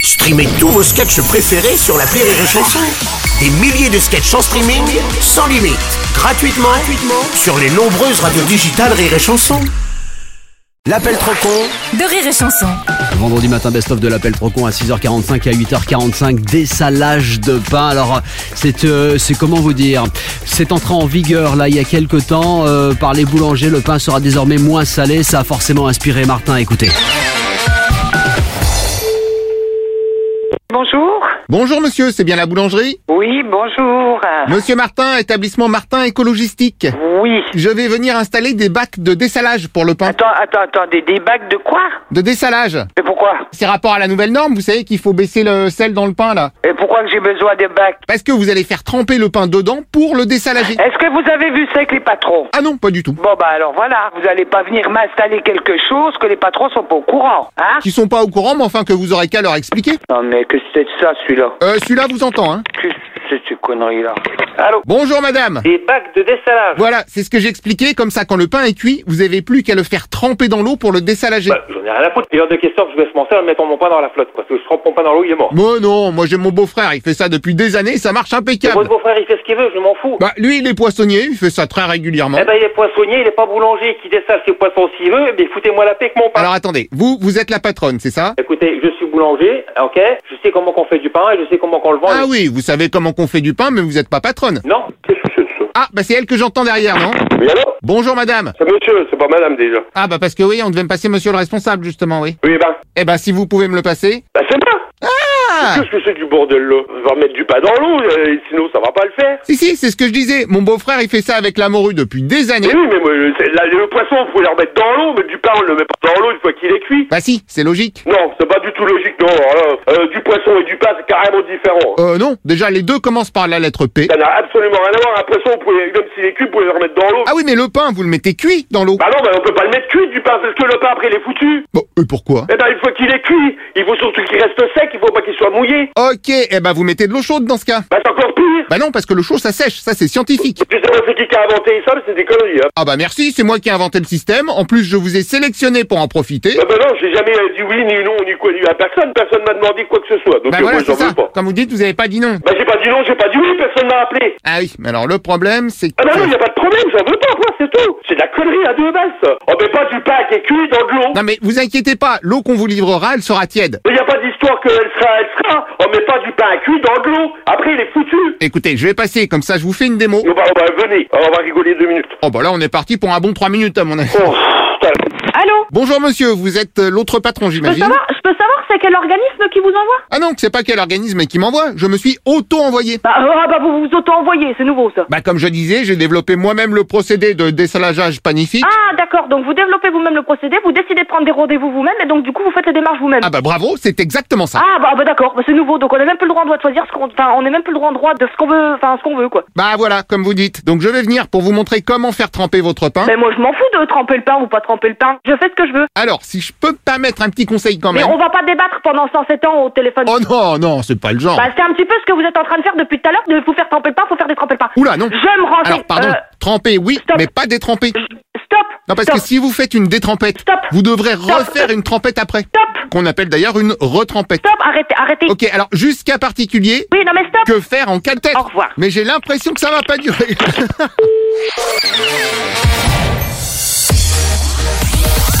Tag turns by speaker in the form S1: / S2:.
S1: Streamez tous vos sketchs préférés sur la Rire et Chanson. Des milliers de sketchs en streaming, sans limite, gratuitement, gratuitement sur les nombreuses radios digitales Rire et Chanson. L'appel trop con
S2: de rire et chanson.
S3: Vendredi matin, best-of de l'appel trop con à 6h45 et à 8h45, dessalage de pain. Alors, c'est euh, c'est comment vous dire C'est entré en vigueur là il y a quelques temps euh, par les boulangers. Le pain sera désormais moins salé. Ça a forcément inspiré Martin. Écoutez.
S4: Bonjour.
S5: Bonjour monsieur, c'est bien la boulangerie
S4: Oui, bonjour.
S5: Monsieur Martin, établissement Martin écologistique.
S4: Oui.
S5: Je vais venir installer des bacs de dessalage pour le pain.
S4: Attends, attends, attends, des, des bacs de quoi
S5: De dessalage.
S4: Et pourquoi
S5: C'est rapport à la nouvelle norme, vous savez qu'il faut baisser le sel dans le pain là.
S4: Et pourquoi que j'ai besoin des bacs
S5: Parce que vous allez faire tremper le pain dedans pour le dessalager.
S4: Est-ce que vous avez vu ça avec les patrons
S5: Ah non, pas du tout.
S4: Bon bah alors voilà, vous allez pas venir m'installer quelque chose que les patrons sont pas au courant, hein
S5: Qui sont pas au courant, mais enfin que vous aurez qu'à leur expliquer.
S4: Non mais que c'est ça celui-là
S5: Euh, celui-là vous entend, hein.
S4: Qu'est-ce que c'est que ces conneries là Allô
S5: Bonjour madame
S4: Des bacs de dessalage
S5: Voilà, c'est ce que j'expliquais, comme ça quand le pain est cuit, vous avez plus qu'à le faire tremper dans l'eau pour le dessalager.
S6: Bah, j'en ai rien à foutre. Et hors de question que je baisse mon sel en mettant mon pain dans la flotte, quoi. Parce que je trempe mon pain dans l'eau, il est mort.
S5: Moi non, moi j'ai mon beau-frère, il fait ça depuis des années, ça marche
S6: Moi,
S5: impeccable.
S6: mon frère, il fait ce qu'il veut, je m'en fous.
S5: Bah lui il est poissonnier, il fait ça très régulièrement.
S6: Eh ben, il est poissonnier, il est pas boulanger, qui dessale ses poissons s'il veut, eh ben, foutez-moi la paix avec mon pain.
S5: Alors attendez, vous, vous êtes la patronne, c'est ça
S6: Écoutez, je suis boulanger, ok? Je sais comment qu'on fait du pain et je sais comment qu'on le vend.
S5: Ah oui, vous savez comment qu'on fait du pain, mais vous n'êtes pas patronne.
S6: Non? Qu'est-ce que c'est ça?
S5: Ah, bah c'est elle que j'entends derrière, non
S6: Mais alors?
S5: Bonjour madame.
S6: C'est monsieur, c'est pas madame déjà.
S5: Ah bah parce que oui, on devait me passer monsieur le responsable, justement, oui.
S6: Oui, ben.
S5: Eh bah si vous pouvez me le passer.
S6: Bah, c'est bien!
S5: Ah
S6: Qu'est-ce que c'est du bordel là? On va mettre du pain dans l'eau, euh, sinon ça va pas le faire.
S5: Si, si, c'est ce que je disais. Mon beau-frère, il fait ça avec la morue depuis des
S6: Mais
S5: années.
S6: oui, mais moi, le- c'est- la- le poisson, vous pouvez le remettre dans l'eau, mais du pain, on le met pas dans l'eau une fois qu'il est cuit.
S5: Bah si, c'est logique.
S6: Non, c'est pas du tout logique, non. alors là, euh, du poisson et du pain, c'est carrément différent.
S5: Euh non, déjà les deux commencent par la lettre P.
S6: Ça n'a absolument rien à voir. Un poisson, vous pouvez, même s'il est cuit, vous pouvez le remettre dans l'eau.
S5: Ah oui, mais le pain, vous le mettez cuit dans l'eau.
S6: Bah non, bah on peut pas le mettre cuit du pain, parce que le pain après il est foutu.
S5: Bon, et pourquoi
S6: Eh ben une fois qu'il est cuit, il faut surtout qu'il reste sec, il faut pas qu'il soit mouillé.
S5: Ok, eh bah vous mettez de l'eau chaude dans ce cas.
S6: Bah c'est encore pire.
S5: Bah non, parce que le chaud, ça sèche, ça c'est scientifique.
S6: Je sais pas c'est qui qui a inventé ça, mais c'est des conneries. Hein.
S5: Ah bah merci, c'est moi qui ai inventé le système. En plus, je vous ai sélectionné pour en profiter.
S6: Bah, bah non, j'ai jamais euh, dit oui, ni non, ni quoi, ni à personne. Personne m'a demandé quoi que ce soit. Donc
S5: Bah
S6: euh,
S5: voilà,
S6: moi j'en
S5: c'est ça.
S6: veux pas.
S5: Comme vous dites, vous avez pas dit non.
S6: Bah j'ai pas dit non, j'ai pas dit oui, personne m'a appelé.
S5: Ah oui, mais alors le problème, c'est que...
S6: Ah bah non, y a pas de problème, j'en veux pas, moi, c'est tout. C'est de la connerie à deux balles, ça. On met pas du pain qui est cuit dans de l'eau.
S5: Non mais vous inquiétez pas, l'eau qu'on vous livrera, elle sera tiède.
S6: Il n'y a pas d'histoire qu'elle sera, elle sera. On met pas du pain cuit dans de l'eau. Après, il est foutu.
S5: Écoutez, je vais passer, comme ça je vous fais une démo.
S6: Non, bah, bah, venez, on va rigoler deux minutes.
S5: Oh bah là, on est parti pour un bon 3 minutes à mon avis.
S6: Oh, putain.
S7: Allô
S5: Bonjour monsieur, vous êtes euh, l'autre patron
S7: je peux,
S5: j'imagine
S7: savoir, je peux savoir c'est quel organisme qui vous envoie
S5: Ah non, c'est pas quel organisme qui m'envoie, je me suis auto-envoyé.
S7: bah, Ah bah vous vous auto-envoyez, c'est nouveau ça.
S5: Bah comme je disais, j'ai développé moi-même le procédé de dessalagage panifique.
S7: Ah d'accord, donc vous développez vous-même le procédé, vous décidez de prendre des rendez-vous vous-même et donc du coup vous faites les démarches vous-même.
S5: Ah bah bravo, c'est exactement ça.
S7: Ah, bah, ah bah, d'accord, bah, c'est nouveau, donc on n'a même plus le droit de choisir ce qu'on... Enfin, on n'a même plus le droit, droit de ce qu'on veut, enfin ce qu'on veut quoi.
S5: Bah voilà, comme vous dites. Donc je vais venir pour vous montrer comment faire tremper votre pain.
S7: Mais moi je m'en fous de tremper le pain ou pas tremper le pain, je fais ce que je veux.
S5: Alors, si je peux me permettre un petit conseil quand
S7: Mais
S5: même.
S7: on va pas débattre pendant 107 ans au téléphone.
S5: Oh non, non, c'est pas le genre.
S7: Bah c'est un petit peu ce que vous êtes en train de faire depuis tout à l'heure, de vous faire tremper le pain, faut faire des tremper le pain.
S5: Oula, non.
S7: Je me renseigne...
S5: Alors pardon,
S7: euh,
S5: tremper oui,
S7: stop.
S5: mais pas détremper.
S7: stop
S5: Non parce
S7: Stop.
S5: que si vous faites une détrempette,
S7: Stop.
S5: vous devrez
S7: Stop.
S5: refaire une trempette après,
S7: Stop
S5: qu'on appelle d'ailleurs une retrempette.
S7: Stop, arrêtez, arrêtez.
S5: Ok, alors jusqu'à particulier,
S7: Oui, non mais stop
S5: que faire en cas de tête
S7: Au revoir.
S5: Mais j'ai l'impression que ça va pas durer.